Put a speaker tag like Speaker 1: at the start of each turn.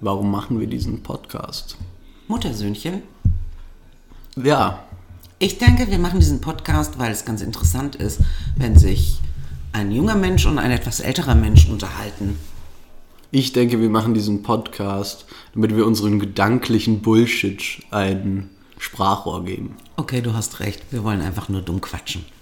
Speaker 1: warum machen wir diesen Podcast?
Speaker 2: Muttersöhnchen,
Speaker 1: Ja,
Speaker 2: ich denke, wir machen diesen Podcast, weil es ganz interessant ist, wenn sich ein junger Mensch und ein etwas älterer Mensch unterhalten.
Speaker 1: ich denke, wir machen diesen Podcast, damit wir unseren gedanklichen Bullshit ein Sprachrohr geben.
Speaker 2: Okay, du hast recht. Wir wollen einfach nur dumm quatschen.